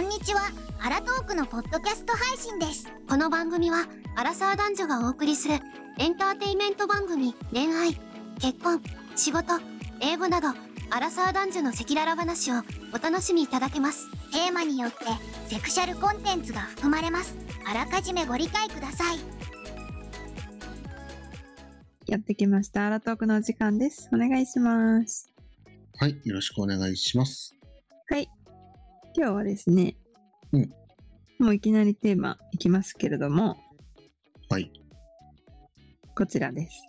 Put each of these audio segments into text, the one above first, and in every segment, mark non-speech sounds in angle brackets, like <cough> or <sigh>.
んにちはアラトークのポッドキャスト配信ですこの番組はアラサー男女がお送りするエンターテイメント番組恋愛結婚仕事英語などアラサー男女の赤裸々話をお楽しみいただけますテーマによってセクシャルコンテンツが含まれますあらかじめご理解くださいやってきました。アラトークのお時間です。お願いします。はい、よろしくお願いします。はい。今日はですね。うん。もういきなりテーマいきますけれども、はい。こちらです。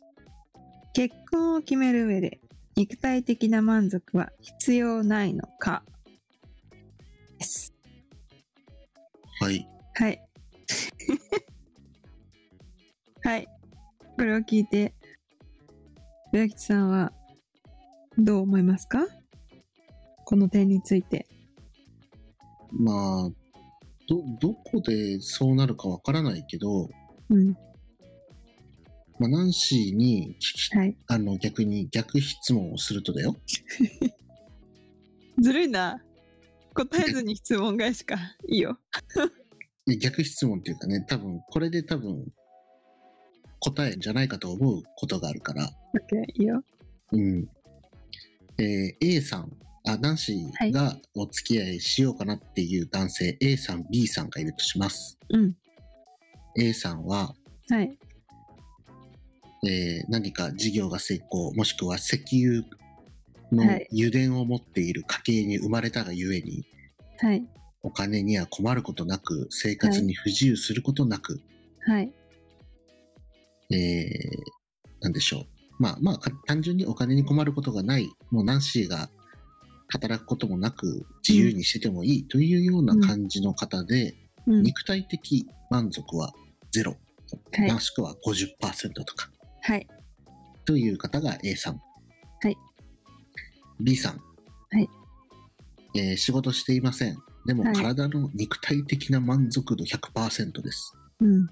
結婚を決める上で、肉体的な満足は必要ないのかです。はい。はい。 <laughs> はい。これを聞いて、浦吉さんはどう思いますかこの点について。まあ、ど、どこでそうなるかわからないけど、うん。まあ、ナンシーに聞き、はい。あの、逆に逆質問をするとだよ。ずるいな。答えずに質問返しか。いいよ。いや逆質問っていうかね、多分、これで多分、答えじゃないかと思うことがあるから、 OK、いいよ。うん。えー A さん、あ、ナンシーがお付き合いしようかなっていう男性、A さん、B さんがいるとします。うん。 A さんは、はい。えー何か事業が成功、もしくは石油のはい油田を持っている家系に生まれたがゆえに、はい。お金には困ることなく、生活に不自由することなく、はい。えーなんでしょう。まあまあ、か単純にお金に困ることがない、もうナンシーが働くこともなく、自由にしててもいいというような感じの方で、うん。肉体的満足はゼロ、はいもしくは50%とか。はい。という方が A さん。はい。 B さん。はい。えー仕事していません。でもはい体の肉体的な満足度100%です。うん。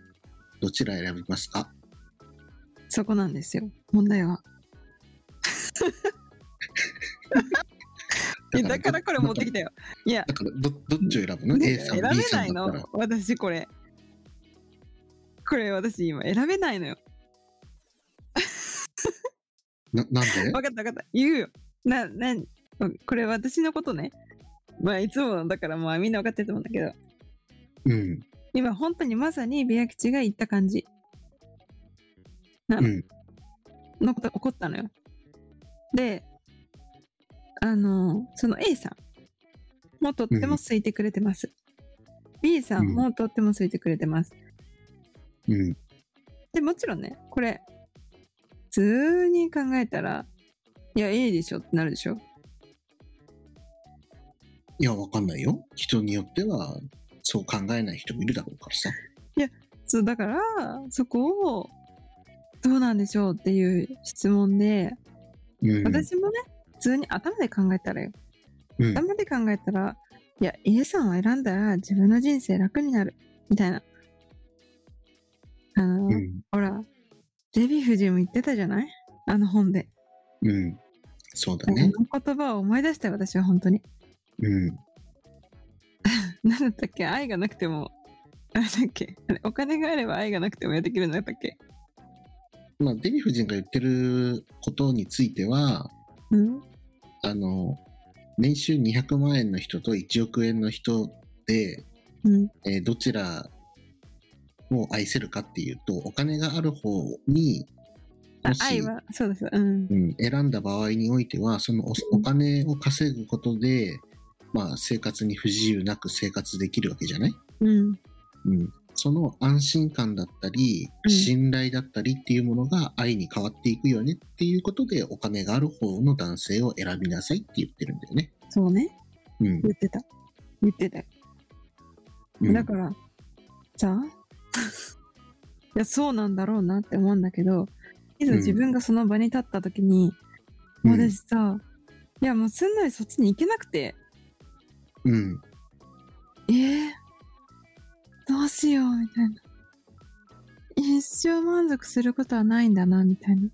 どちら選びますかそこなんですよ。問題は。いやだからこれ持ってきたて。よ。いや、だからど、どっちを選ぶの、?A さ選べん、B さなんいだったらの。。私これ。これ私今選べないのよ。な、なんでわかったわかった。言うよ。な、な、これ私のことね。まあいつもだからまあみんなわかってると思うんだけど。うん。今本当にまさに宮吉が言った感じうん。のことが起こったのよ。で、あの、その A さんもとっても空いてくれてます。B さんもとっても空いてくれてます。うん。で、もちろんね、これ、普通に考えたら、いや、A でしょってなるでしょ。いや、わかんないよ。人によっては、そう考えない人もいるだろうからさ。そう、だから、そこを、どうなんでしょうっていう質問で、うん。私もね、普通に頭で考えたらよ。うん。頭で考えたら、いや、A さんを選んだら自分の人生楽になる、みたいな。あの、うん。ほら、デヴィ夫人も言ってたじゃないあの本で。うん。そうだあね。の言葉を思い出したよ、私は本当に。うん。何だったっけ愛がなくても、あれだっけあれお金があれば愛がなくてもやってきるんだったっけまあ、デヴィ夫人が言ってることについては、うんあの、年収200万円の人と1億円の人で、うん。えーどちらを愛せるかっていうと、お金がある方に、あもし愛は、そうです。うん。うん、選んだ場合においては、そのおうんお金を稼ぐことで、まあ、生活に不自由なく生活できるわけじゃないうん。うん。その安心感だったりう、ん信頼だったりっていうものが愛に変わっていくよねっていうことで、お金がある方の男性を選びなさいって言ってるんだよね。そうね。うん。言ってた。言ってたよ。うんだから、さあ <laughs> いや、そうなんだろうなって思うんだけど、いざうん自分がその場に立った時に、うん私さ、いや、もうすんなりそっちに行けなくて、うん。えー、どうしよう、みたいな。一生満足することはないんだな、みたいな。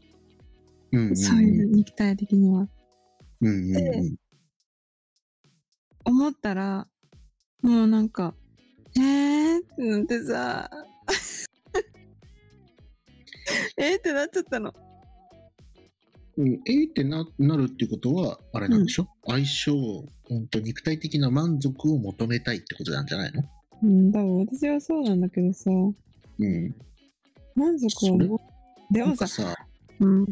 うんん。そういう肉体的には。うんうんうん思ったら、もうなんか、えーってなってさ、 <laughs> えーってなっちゃったの。うん、えーってななるっていうことは、あれなんでしょ、相性、うんと肉体的な満足を求めたいってことなんじゃないのうん、多分私はそうなんだけどさ、うん。満足それを。でなもんさか、さ、うん、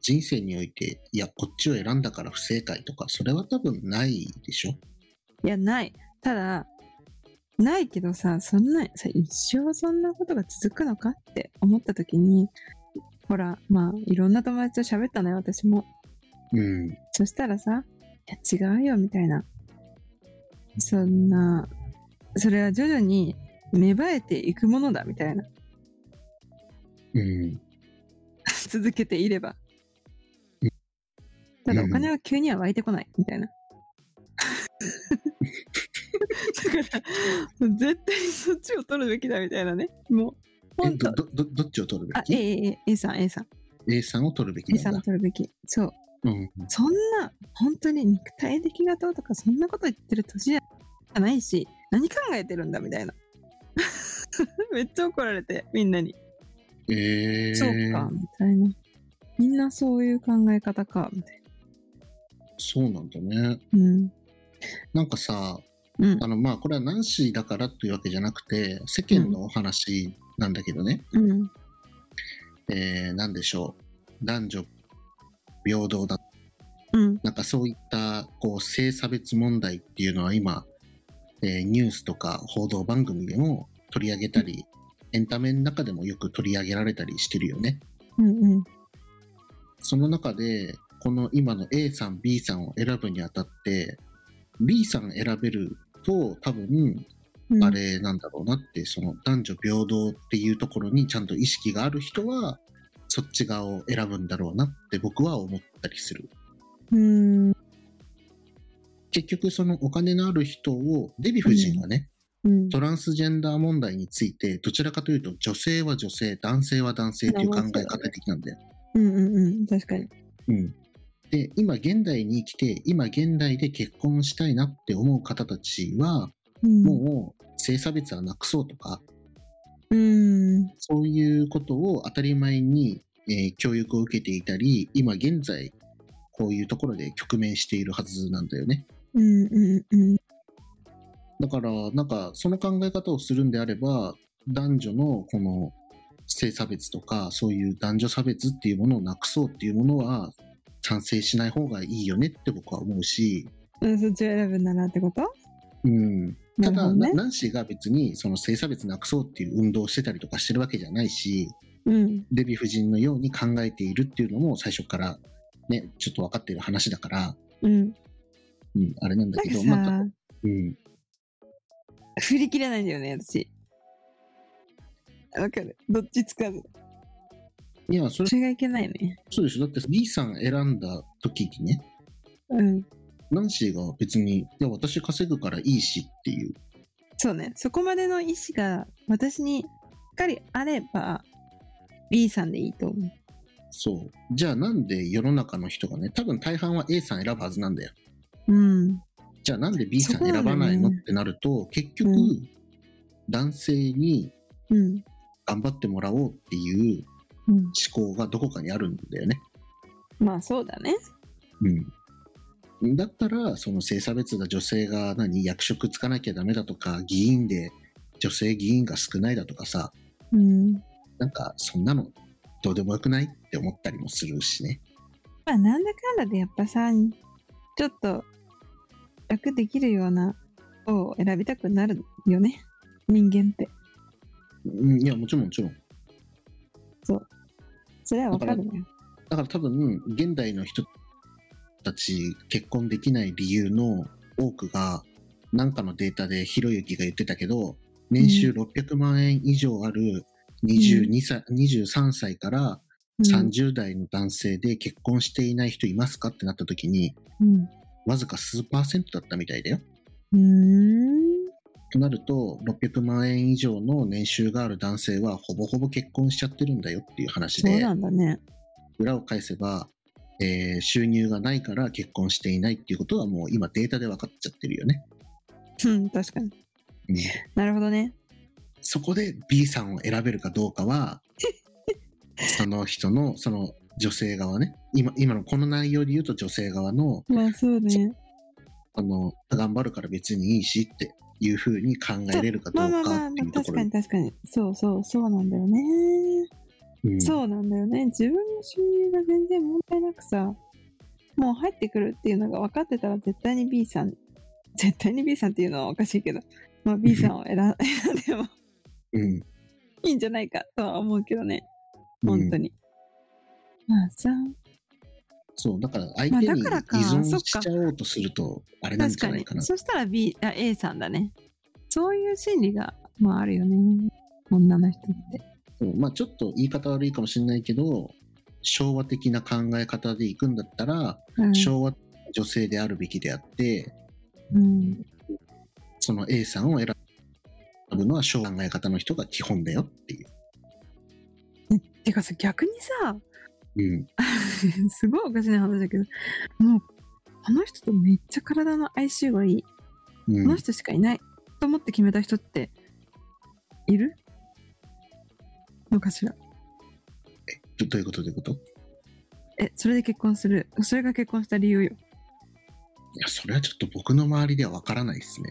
人生において、いや、こっちを選んだから不正解とか、それは多分ないでしょいや、ない。ただ、ないけどさ、そんな、さ一生そんなことが続くのかって思った時に、ほら、まあ、いろんな友達と喋ったのよ、私も。うん。そしたらさ、いや、違うよ、みたいな。そんな、それは徐々に芽生えていくものだ、みたいな。 <laughs> うん。続けていれば。ただ、お金は急には湧いてこない、みたいな。だから、もう絶対そっちを取るべきだ、みたいなね。もう、え本ど当どどどっちを取るべあ、きええええ、A さん、A さん。 A さんを取るべき A なさんんだを。取るべき。そう。うん。そんな、本当に肉体的がどうとか、そんなこと言ってる年じゃないし、何考えてるんだみたいな。めっちゃ怒られて、みんなに。えー、そうか、みたいな。みんなそういう考え方か、みたいそうなんだね。な。うん。なんかさ、うんあ。の、まあ、これはナンシーだからというわけじゃなくて、世間のお話なんだけどね、うん。えー、なんでしょう。男女平等だ。うん。なんかそういった、こう、性差別問題っていうのは今、えーニュースとか報道番組でも取り上げたり、エンタメの中でもよく取り上げられたりしてるよね。うん。うん。その中で、この今の A さん、B さんを選ぶにあたって、B さん選べると、多分、うんあれなんだろうなって、その男女平等っていうところにちゃんと意識がある人は、そっち側を選ぶんだろうなって僕は思ったりする。うん。結局、そのお金のある人を、デヴィ夫人はね、うん。トランスジェンダー問題について、どちらかというと、女性は女性、男性は男性っていう考え方的なんだよ。うん。うん。うん。確かに。うん、で今現代に生きて今現代で結婚したいなって思う方たちは、うん。もう性差別はなくそうとかうん。そういうことを当たり前に、えー教育を受けていたり今現在こういうところで直面しているはずなんだよねうん。うん。うん。だからなんかその考え方をするんであれば男女のこの性差別とかそういう男女差別っていうものをなくそうっていうものは賛成しない方がいいよねって僕は思うし、うん。そっちを選ぶならってことうん、なたるだ、ほどなね。ナンシーが別にその性差別なくそうっていう運動をしてたりとかしてるわけじゃないし、うん。デヴィ夫人のように考えているっていうのも最初から、ね、ちょっと分かっている話だから、うん。うん、あれなんなだんけかど、さ、まあ、うん、振り切れないんだよね、私。わかる。どっちつかず。いや、それそれがいけないね。そうでしょ。だって B さん選んだ時にね、うん。ナンシーが別に、いや、私稼ぐからいいしっていう、そうね。そこまでの意思が私にしっかりあれば、B さんでいいと思う。そう。じゃあなんで世の中の人がね、多分大半は A さん選ぶはずなんだよ。うん。じゃあなんで B さんそこな選んだばよねないのってなると、結局、うん男性にうん。頑張ってもらおうっていううん。思考がどこかにあるんだよね。まあそうだね。うん。だったら、その性差別だ、女性が何、役職つかなきゃダメだとか、議員で女性議員が少ないだとかさ、うん。なんかそんなのどうでもよくないって思ったりもするしね。まあなんだかんだでやっぱさ、ちょっと楽できるような方を選びたくなるよね。人間って。うん、いや、もちろんもちろん。それはわかるのよ。だから多分、現代の人たち結婚できない理由の多くが、なんかのデータでひろゆきが言ってたけど、年収600万円以上ある22歳、23歳からうん30代の男性で結婚していない人いますかってなった時に、うん。わずか数パーセントだったみたいだよ。うーん。となると、600万円以上の年収がある男性はほぼほぼ結婚しちゃってるんだよっていう話そうで。なんだね。裏を返せば、えー収入がないから結婚していないっていうことはもう今データで分かっちゃってるよね。うん、確かに。ね、なるほどね。そこで B さんを選べるかどうかは <laughs> その人のその女性側ね今今のこの内容で言うと女性側のまあそうね。あの頑張るから別にいいしっていうふうに考えれるかどまあまうあまかあっまていうあ、とこ確かろに確かに。そうそう、そうなんだよね。うんそうなんだよね。自分の収入が全然問題なくさ、もう入ってくるっていうのが分かってたら絶対に B さん、絶対に B さんっていうのはおかしいけど、まあ B さん <laughs> <laughs> を選選んでもうんいいんじゃないかとは思うけどね。うん本当に。まあさ、そうだからま相あ手だに依からか存そっしかちゃおうとするとあれなん確じかゃないにか。なそしたら B、あ A さんだね。そういう心理が、まああるよね。女の人って。そうまあちょっと言い方悪いかもしれないけど昭和的な考え方でいくんだったら、うん昭和女性であるべきであってうんその A さんを選ぶのは昭和の考え方の人が基本だよっていう、てかさ逆にさ <laughs> うん、すごいおかしな話だけどもうあの人とめっちゃ体の相性がいい、うんこの人しかいないと思って決めた人っているのかしらどどういうことどういうこといえそれで結婚するそれが結婚した理由よやそれはちょっと僕の周りではわからないですね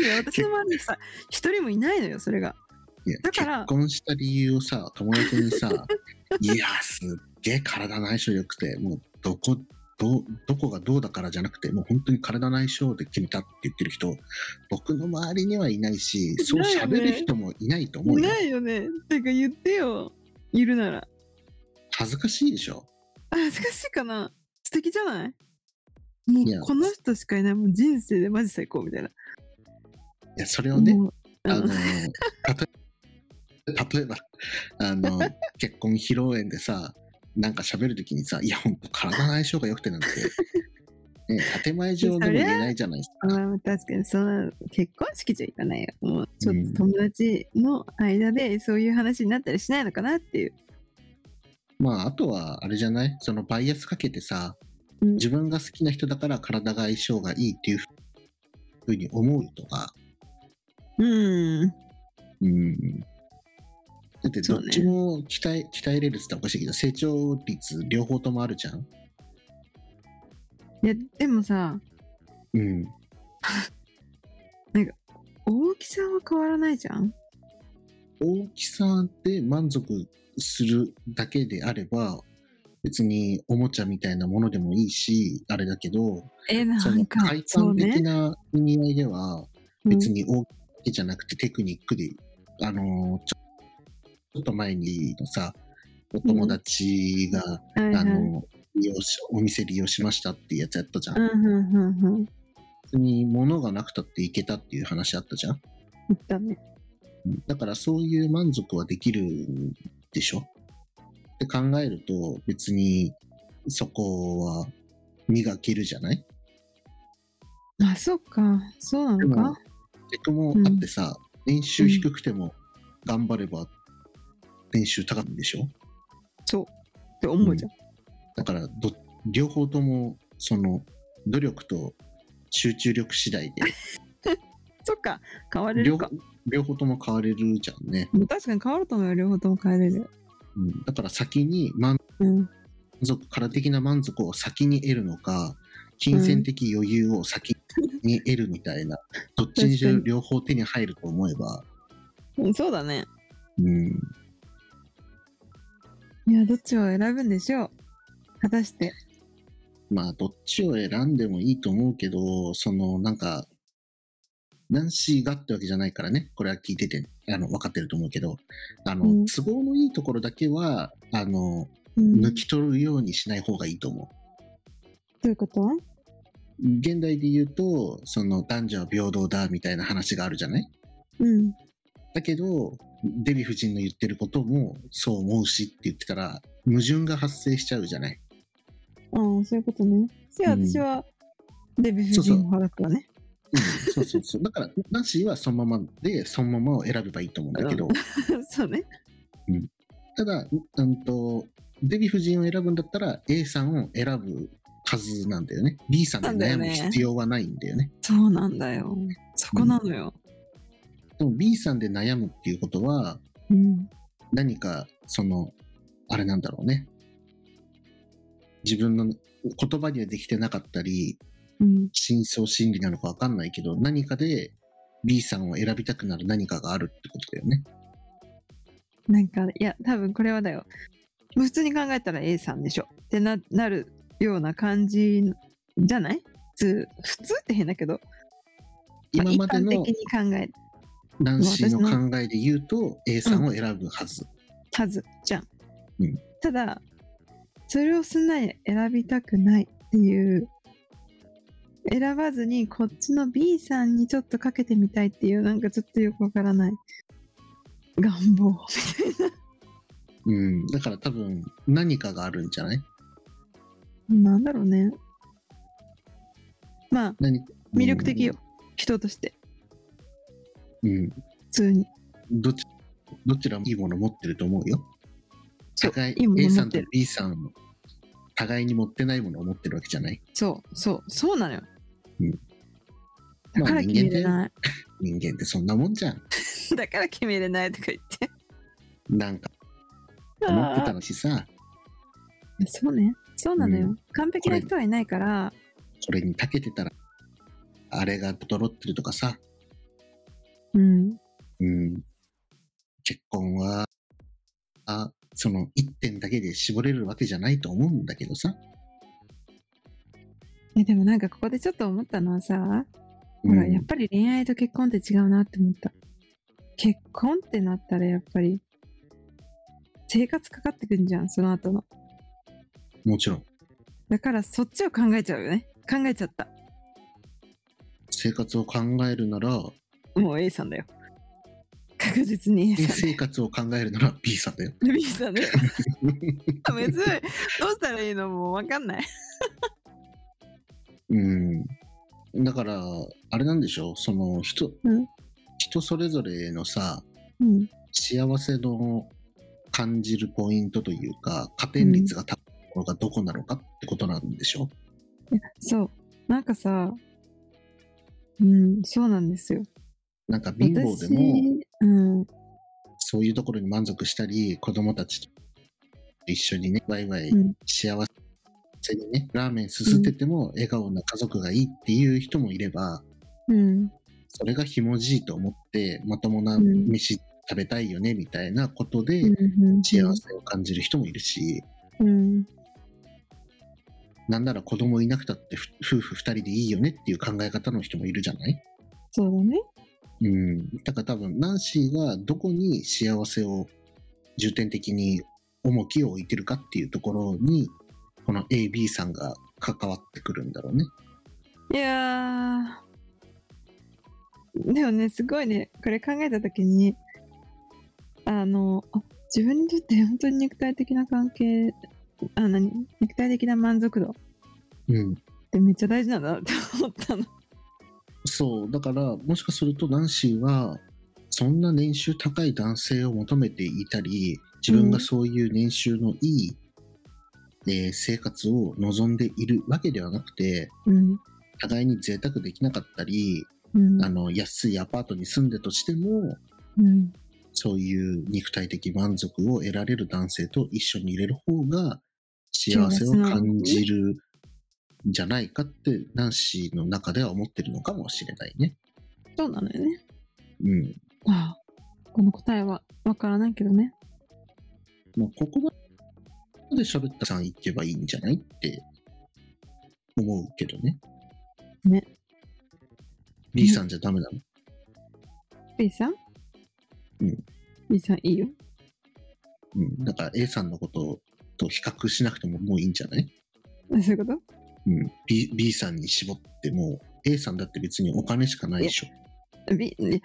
いや私の周りに <laughs> さ一人もいないのよそれがいやだから結婚した理由をさ友達に <laughs> さいやすっげえ体の相性良くてもうどこどうどこがどうだからじゃなくてもう本当に体の相性で決めたって言ってる人僕の周りにはいないしそうないよね喋る人もいないと思いうよないよねてか言ってよいるなら恥ずかしいでしょあ恥ずかしいかな素敵じゃないもいやうこの人しかいないもう人生でマジ最高みたいないやそれをねもうあうのん例え例えばあの結婚披露宴でさなんか喋るときにさ「いやほんと体の相性が良くて」なんて、ね、建前上でも言えないじゃないですあか。まあ確かにその結婚式じゃいかないよもうちょうっんと友達の間でそういう話になったりしないのかなっていう、まああとはあれじゃないそのバイアスかけてさうん自分が好きな人だから体が相性がいいっていうふうに思うとか、うんうん、だってどそっうねちも鍛え鍛えれるって言ったらおかしいけど成長率両方ともあるじゃん。いやでもさうん、大きさは変わらないじゃん大きさで満足するだけであれば別におもちゃみたいなものでもいいしあれだけどえなそのんか体そう感的ね、な意味合いではうん別に大きさだけじゃなくてテクニックで、あのちょちょっと前にのさお友達が、はいはいあの利用しお店利用しましたっていうやつやったじゃん、うんうんうんうん別に物がなくたっていけたっていう話あったじゃん言ったねだからそういう満足はできるんでしょって考えると別にそこは磨けるじゃないあそっかそうなのかテクもあってさ、練習低くても頑張れば練習高くんでしょそうって思うじゃん、だからど両方ともその努力と集中力次第そっか変われで両る方か両方とも変われるじゃんね、確かに変わると思うよ両方とも変えれるうん、だから先に満うん満足から的な満足を先に得るのか金銭的余裕を先に得るみたいな、どっちにしろ確かに両方手に入ると思えば、うんそうだねうん、いやどっちを選ぶんでしょう果たしてまあどっちを選んでもいいと思うけどそのなんかナンシーがってわけじゃないからねこれは聞いててあの分かってると思うけどあの、うん都合のいいところだけはあのうん抜き取るようにしない方がいいと思う。どういうこと現代で言うとその男女は平等だみたいな話があるじゃないうん。だけど、デヴィ夫人の言ってることもそう思うしって言ってたら、矛盾が発生しちゃうじゃない。ああ、そういうことね。じゃあうん私は、デヴィ夫そうそう人を払くわね。うん、そうそうそう。だから、ナンシーはそのままで、そのままを選べばいいと思うんだけど、 <laughs> そうね。ただ、うんと、デヴィ夫人を選ぶんだったら、A さんを選ぶはずなんだよね。B さんで悩む必要はないんだよね。そうなんだよ。そこなのよ。でも B さんで悩むっていうことは、うん。何か、その、あれなんだろうね。自分の言葉にはできてなかったり、うん。真相心理なのかわかんないけど、何かで B さんを選びたくなる何かがあるってことだよね。なんか、いや、多分これはだよ。普通に考えたら A さんでしょ。ってな、なるような感じじゃない普通、普通って変だけど、まあ今まで一般の的に考え男子の考えで言うと、A さんを選ぶはず。はずじゃん、うんただそれをすんなり選びたくないっていう選ばずにこっちの B さんにちょっとかけてみたいっていうなんかちょっとよくわからない願望みたいうん。だから多分、何かがあるんじゃないななんだろうねまあ何魅力的よ、。人としてうん。うん普通にどちどちらもいいもの持ってると思うよ。そう互いいいもの A 持さっんとてる B さんも互いに持ってないものを持ってるわけじゃない。そうそうそうなのよ、うんだから決めれない、 <laughs> 人間ってそんなもんじゃん。だから決めれないとか言ってなんか思ってたのしさ、そうね。そうなのよ。う完璧な人はいないから、これに長けてたら、あれがとろってるとかさ、うん。うん。結婚は、あ、その一点だけで絞れるわけじゃないと思うんだけどさ。えでもなんかここでちょっと思ったのはさ、うほら、やっん、ぱり恋愛と結婚って違うなって思った。結婚ってなったらやっぱり、生活かかってくんじゃん、その後の。もちろん、だからそっちを考えちゃうよね。考えちゃった。生活を考えるなら、もう A さんだよ。確実に A さ生活を考えるなら B さんだよ。 <laughs> ん。B さんだよ。 <laughs> 別に、どうしたらいいのもうわかんない。うん。だから、あれなんでしょうその人、うん人それぞれのさ、うん。幸せの感じるポイントというか、加点率が高いところがどこなのかってことなんでしょそう。なんかさ、うん、そうなんですよ。なんか貧乏でも、私うん、そういうところに満足したり、子供たちと一緒にね、ワイワイうん幸せにね、ラーメンすすってても笑顔な家族がいいっていう人もいれば、うん、それがひもじいと思って、まともなうん飯食べたいよね、みたいなことで、うん、幸せを感じる人もいるし、うん、なんなら子供いなくたってふ夫婦2人でいいよねっていう考え方の人もいるじゃないそうだね。うん。だから多分、ナンシーがどこに幸せを重点的に重きを置いてるかっていうところに、この AB さんが関わってくるんだろうね。いやー、でもね、すごいね、これ考えたときに、あの、あ自分にとって本当に肉体的な関係、あ、何肉体的な満足度っうん。てめっちゃ大事なんだなって思ったの。そう。だから、もしかするとナンシーは、そんな年収高い男性を求めていたり、自分がそういう年収のいい、えー生活を望んでいるわけではなくて、うん、互いに贅沢できなかったり、うんあ、の、安いアパートに住んでとしても、うん、そういう肉体的満足を得られる男性と一緒にいれる方が幸せを感じるんじゃないかって、ナンシーの中では思ってるのかもしれないね。そうなのよね。うん。ああこの答えはわからないけどね。まあ、ここまで喋ったさん行けばいいんじゃないって思うけどね。ね。 B さんじゃダメなの B さんうん B さんいいよ。うん。だから A さんのことと比較しなくてももういいんじゃないあそういうことうん。B, B さんに絞っても、A さんだって別にお金しかないでしょ。 B いや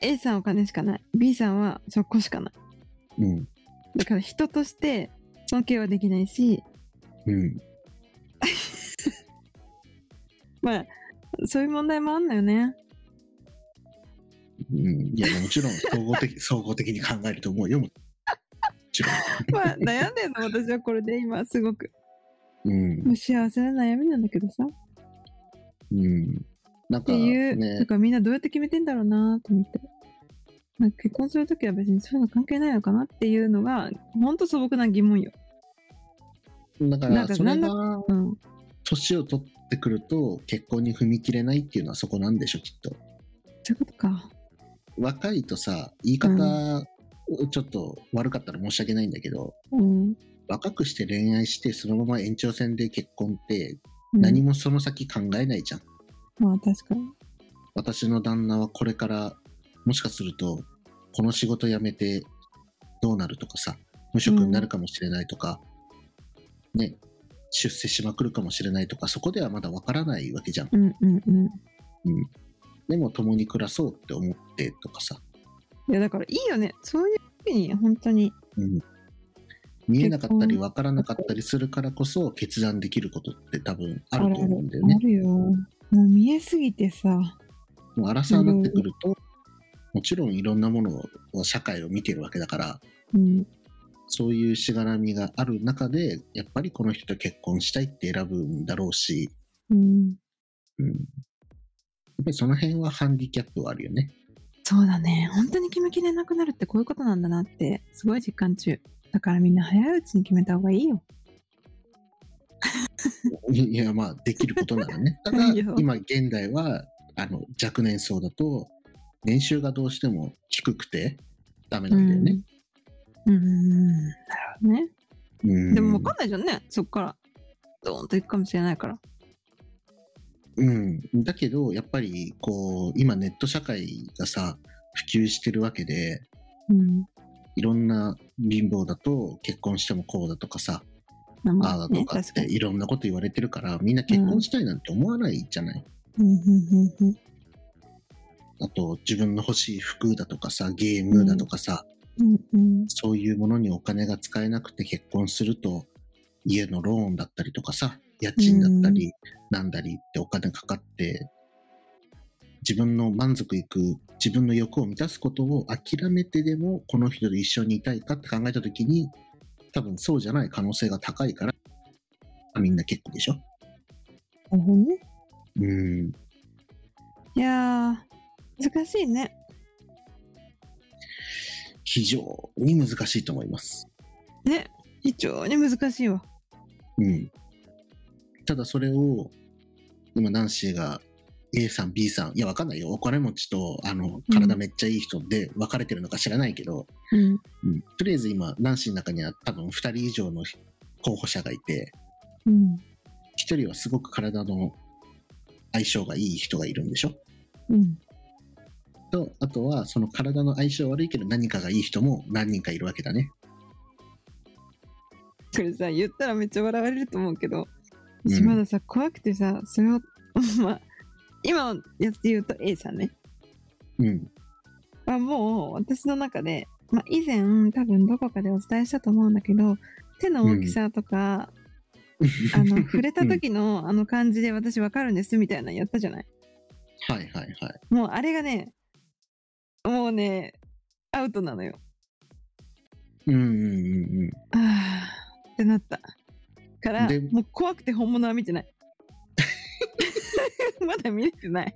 A さんお金しかない B さんはそこしかないうん。だから人として尊敬はできないしうん。まあそういう問題もあんのよね <laughs> うん。いや、もちろん、総 <laughs> 合的、総合的に考えると思うよ。もちろまあ悩んでんの私はこれで今すごくん。うんもう幸せな悩みなんだけどさ。うん。なんっかていう、だね、からみんなどうやって決めてんだろうなと思って。なんか結婚するときは別にそういうの関係ないのかなっていうのが、ほんと素朴な疑問よ。だなかんらかそれながうん。年を取ってくると結婚に踏み切れないっていうのはそこなんでしょ、きっと。そういうことか。若いとさ、言い方、ちょっと悪かったら申し訳ないんだけど、うん。若くして恋愛してそのまま延長線で結婚ってうん何もその先考えないじゃん。まあ確かに。私の旦那はこれからもしかするとこの仕事辞めてどうなるとかさ無職になるかもしれないとか、ね出世しまくるかもしれないとかそこではまだわからないわけじゃん、うんうんうん。うん、でも共に暮らそうって思ってとかさ、いやだからいいよね。そういう時に本当に。うん、見えなかった結り婚わからなかったりするからこそ決断できることって多分ああると思うんだよねあるよ。もう見えすぎてさ。もう荒さになってくるともちろんいろんなものを社会を見てるわけだからうん。そういうしがらみがある中で、やっぱりこの人と結婚したいって選ぶんだろうし、うん。うん、やっぱりその辺はハンディキャップはあるよね。そうだね。本当に決めきれなくなるってこういうことなんだなって、すごい実感中。だからみんな早いうちに決めた方がいいよ。いや、まあ、できることなら <laughs> ね。ただいいよ、今現代は、あの、若年層だと、年収がどうしても低くてダメなんだよね。うん。うん。なるほどね。うんでも分かんないじゃんね。そっから。ドーンと行くかもしれないから。うん。だけど、やっぱり、こう、今ネット社会がさ、普及してるわけで、うん。いろんな貧乏だと結婚してもこうだとかさ、まああだとかっていろんなこと言われてるからみんな結婚したいなんて思わないじゃない、うんうんうんうんあと自分の欲しい服だとかさゲームだとかさ、うんうんそういうものにお金が使えなくて結婚すると家のローンだったりとかさ家賃だったりなんだりってお金かかって自分の満足いく自分の欲を満たすことを諦めてでもこの人と一緒にいたいかって考えた時に多分そうじゃない可能性が高いからみんな結婚でしょなるほどね。うんいやー、難しいね。非常に難しいと思います。ね。非常に難しいわ。うん。ただそれを、今、ナンシーが A さん、B さん、いや、わかんないよ。お金持ちと、あの、体めっちゃいい人で分かれてるのか知らないけど、うん。うんとりあえず今、ナンシーの中には多分2人以上の候補者がいて、うん。 1人はすごく体の相性がいい人がいるんでしょうん。と、あとは、その体の相性悪いけど何かがいい人も何人かいるわけだね。これさ、言ったらめっちゃ笑われると思うけど、うん私まださ、怖くてさ、それを、まあ、今のやつで言うと A さんね。うん。はもう私の中で、まあ、以前多分どこかでお伝えしたと思うんだけど手の大きさとか、あの触れた時のあの感じで私わかるんですみたいなのやったじゃないはいはいはい。もうあれがねもうねアウトなのようんうんうんうあん。ーってなったからでもう怖くて本物は見てない <laughs> まだ見れてない、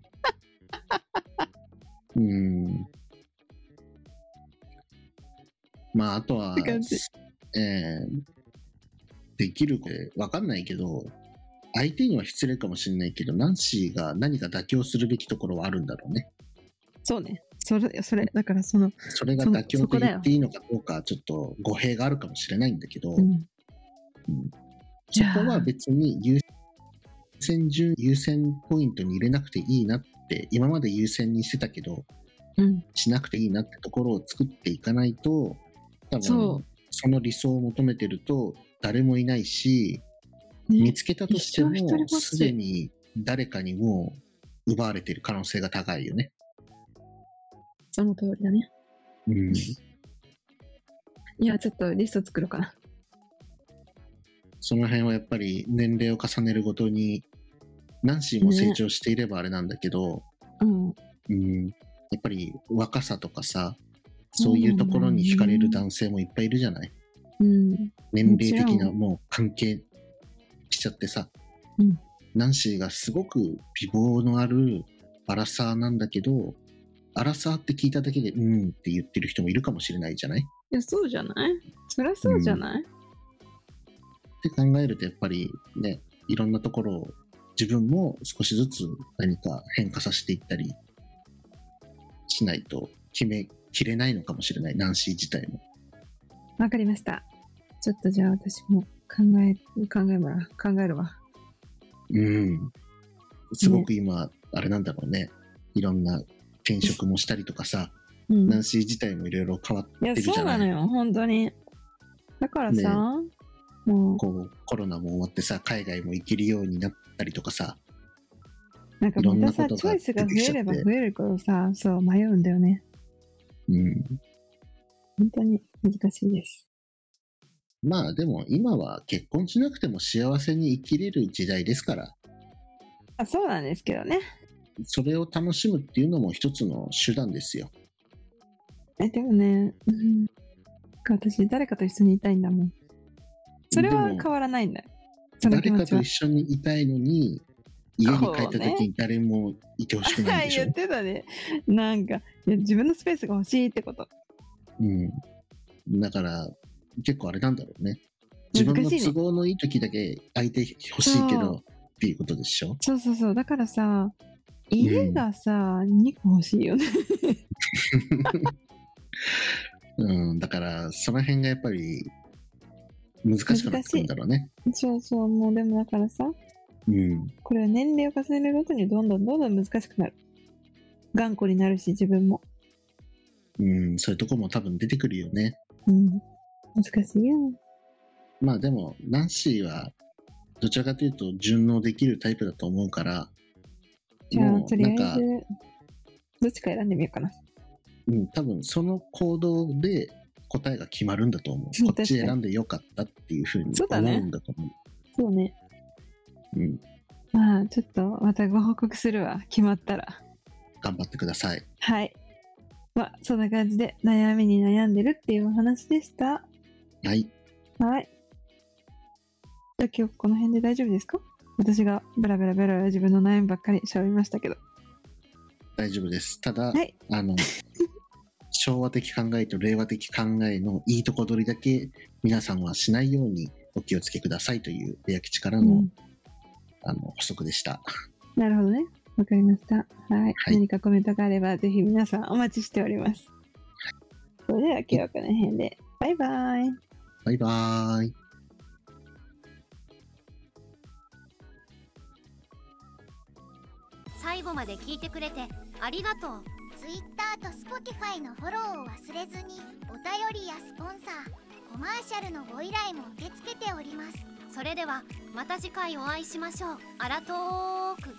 うーんまあ、あとはって感じ、えーできるかわかんないけど、相手には失礼かもしれないけど、ナンシーが何か妥協するべきところはあるんだろうね。そうねそれそれだからその、それがそ妥協そことだよ言っていいのかどうか、ちょっと語弊があるかもしれないんだけど、うん、そこは別に優先順、優先ポイントに入れなくていいなって、今まで優先にしてたけど、うん、しなくていいなってところを作っていかないと多分そその理想を求めてると誰もいないし見ねつけたとして一生一人ぼもっちすでに誰かにもう奪われてる可能性が高いよね。その通りだねうん、いや、ちょっとリスト作ろうかな。その辺はやっぱり年齢を重ねるごとにナンシーも成長していればあれなんだけど、うん。うん、やっぱり若さとかさそういうところに惹かれる男性もいっぱいいるじゃないうん。年齢的もちろなんもう関係しちゃってさ、うんナンシーがすごく美貌のあるアラサーなんだけど、アラサーって聞いただけで、うんって言ってる人もいるかもしれないじゃないいや、そうじゃないそりゃそうじゃない、って考えるとやっぱりねいろんなところを自分も少しずつ何か変化させていったりしないと決めきれないのかもしれないナンシー自体もわかりました。ちょっとじゃあ私も考え、考えま、考えるわ。うんすごく今、あれなんだろうねいろんな転職もしたりとかさ、うん。ナンシー自体もいろいろ変わいっや、てるじそゃうなないのよ、本当に。だからさ、もう、こうコロナも終わってさ海外も行けるようになったりとかさなんかまたいろんなこさ、とがチョイスが増えれば出てきちゃっ増えるほどさ、そう、迷うんだよね。うん本当に難しいです。まあでも今は結婚しなくても幸せに生きれる時代ですからあ、そうなんですけどね。それを楽しむっていうのも一つの手段ですよ。え、でもね、うん、私、誰かと一緒にいたいんだもん。それはで変もわらないんだよ。その誰気持かちとは一。緒にいたいのに、家に帰ったこう時に誰もいてほしくな <laughs> いんでしょ。言ってたね。なんか、いや自分のスペースが欲しいってこと。うん。だから、結構あれなんだろうね。自分の難しいね都合のいい時だけ相手欲しいけそどうっていうことでしょ。そうそうそう。だからさ、家がさ、2個欲しいよね。 <laughs> うん。だから、その辺がやっぱり難しくなってくるんだろうね。そうそう、もうでもだからさ、うん。これは年齢を重ねるごとにどんどんどんどん難しくなる。頑固になるし、自分も。うん。そういうとこも多分出てくるよね。うん。難しいよ。まあでも、ナンシーは、どちらかというと順応できるタイプだと思うから、じゃあ、もとうりなんあかえず、、どっちか選んでみようかな。うん、多分その行動で答えが決まるんだと思うう。んこっち確かに選んでよかったっていうふうにそうだね思うんだと思そうね。う。うん、まあ、ちょっとまたご報告するわ。決まったら。頑張ってください。はい。まあ、そんな感じで悩みに悩んでるっていうお話でした。はい。はい。じゃあ今日この辺で大丈夫ですか私がベラベラベラベラ自分の悩みばっかり喋りましたけど。大丈夫です。ただ、はい <laughs> あの、昭和的考えと令和的考えのいいとこ取りだけ皆さんはしないようにお気をつけくださいというレア吉からの,、うんあの補足でした。なるほどね。わかりました。はい。はい何かコメントがあればぜひ皆さんお待ちしております。それでは今日はこの辺で。バイバイ。バイバーイ。最後まで聞いてくれてありがとう Twitter と Spotify のフォローを忘れずにお便りやスポンサーコマーシャルのご依頼も受け付けておりますそれではまた次回お会いしましょうあらとーく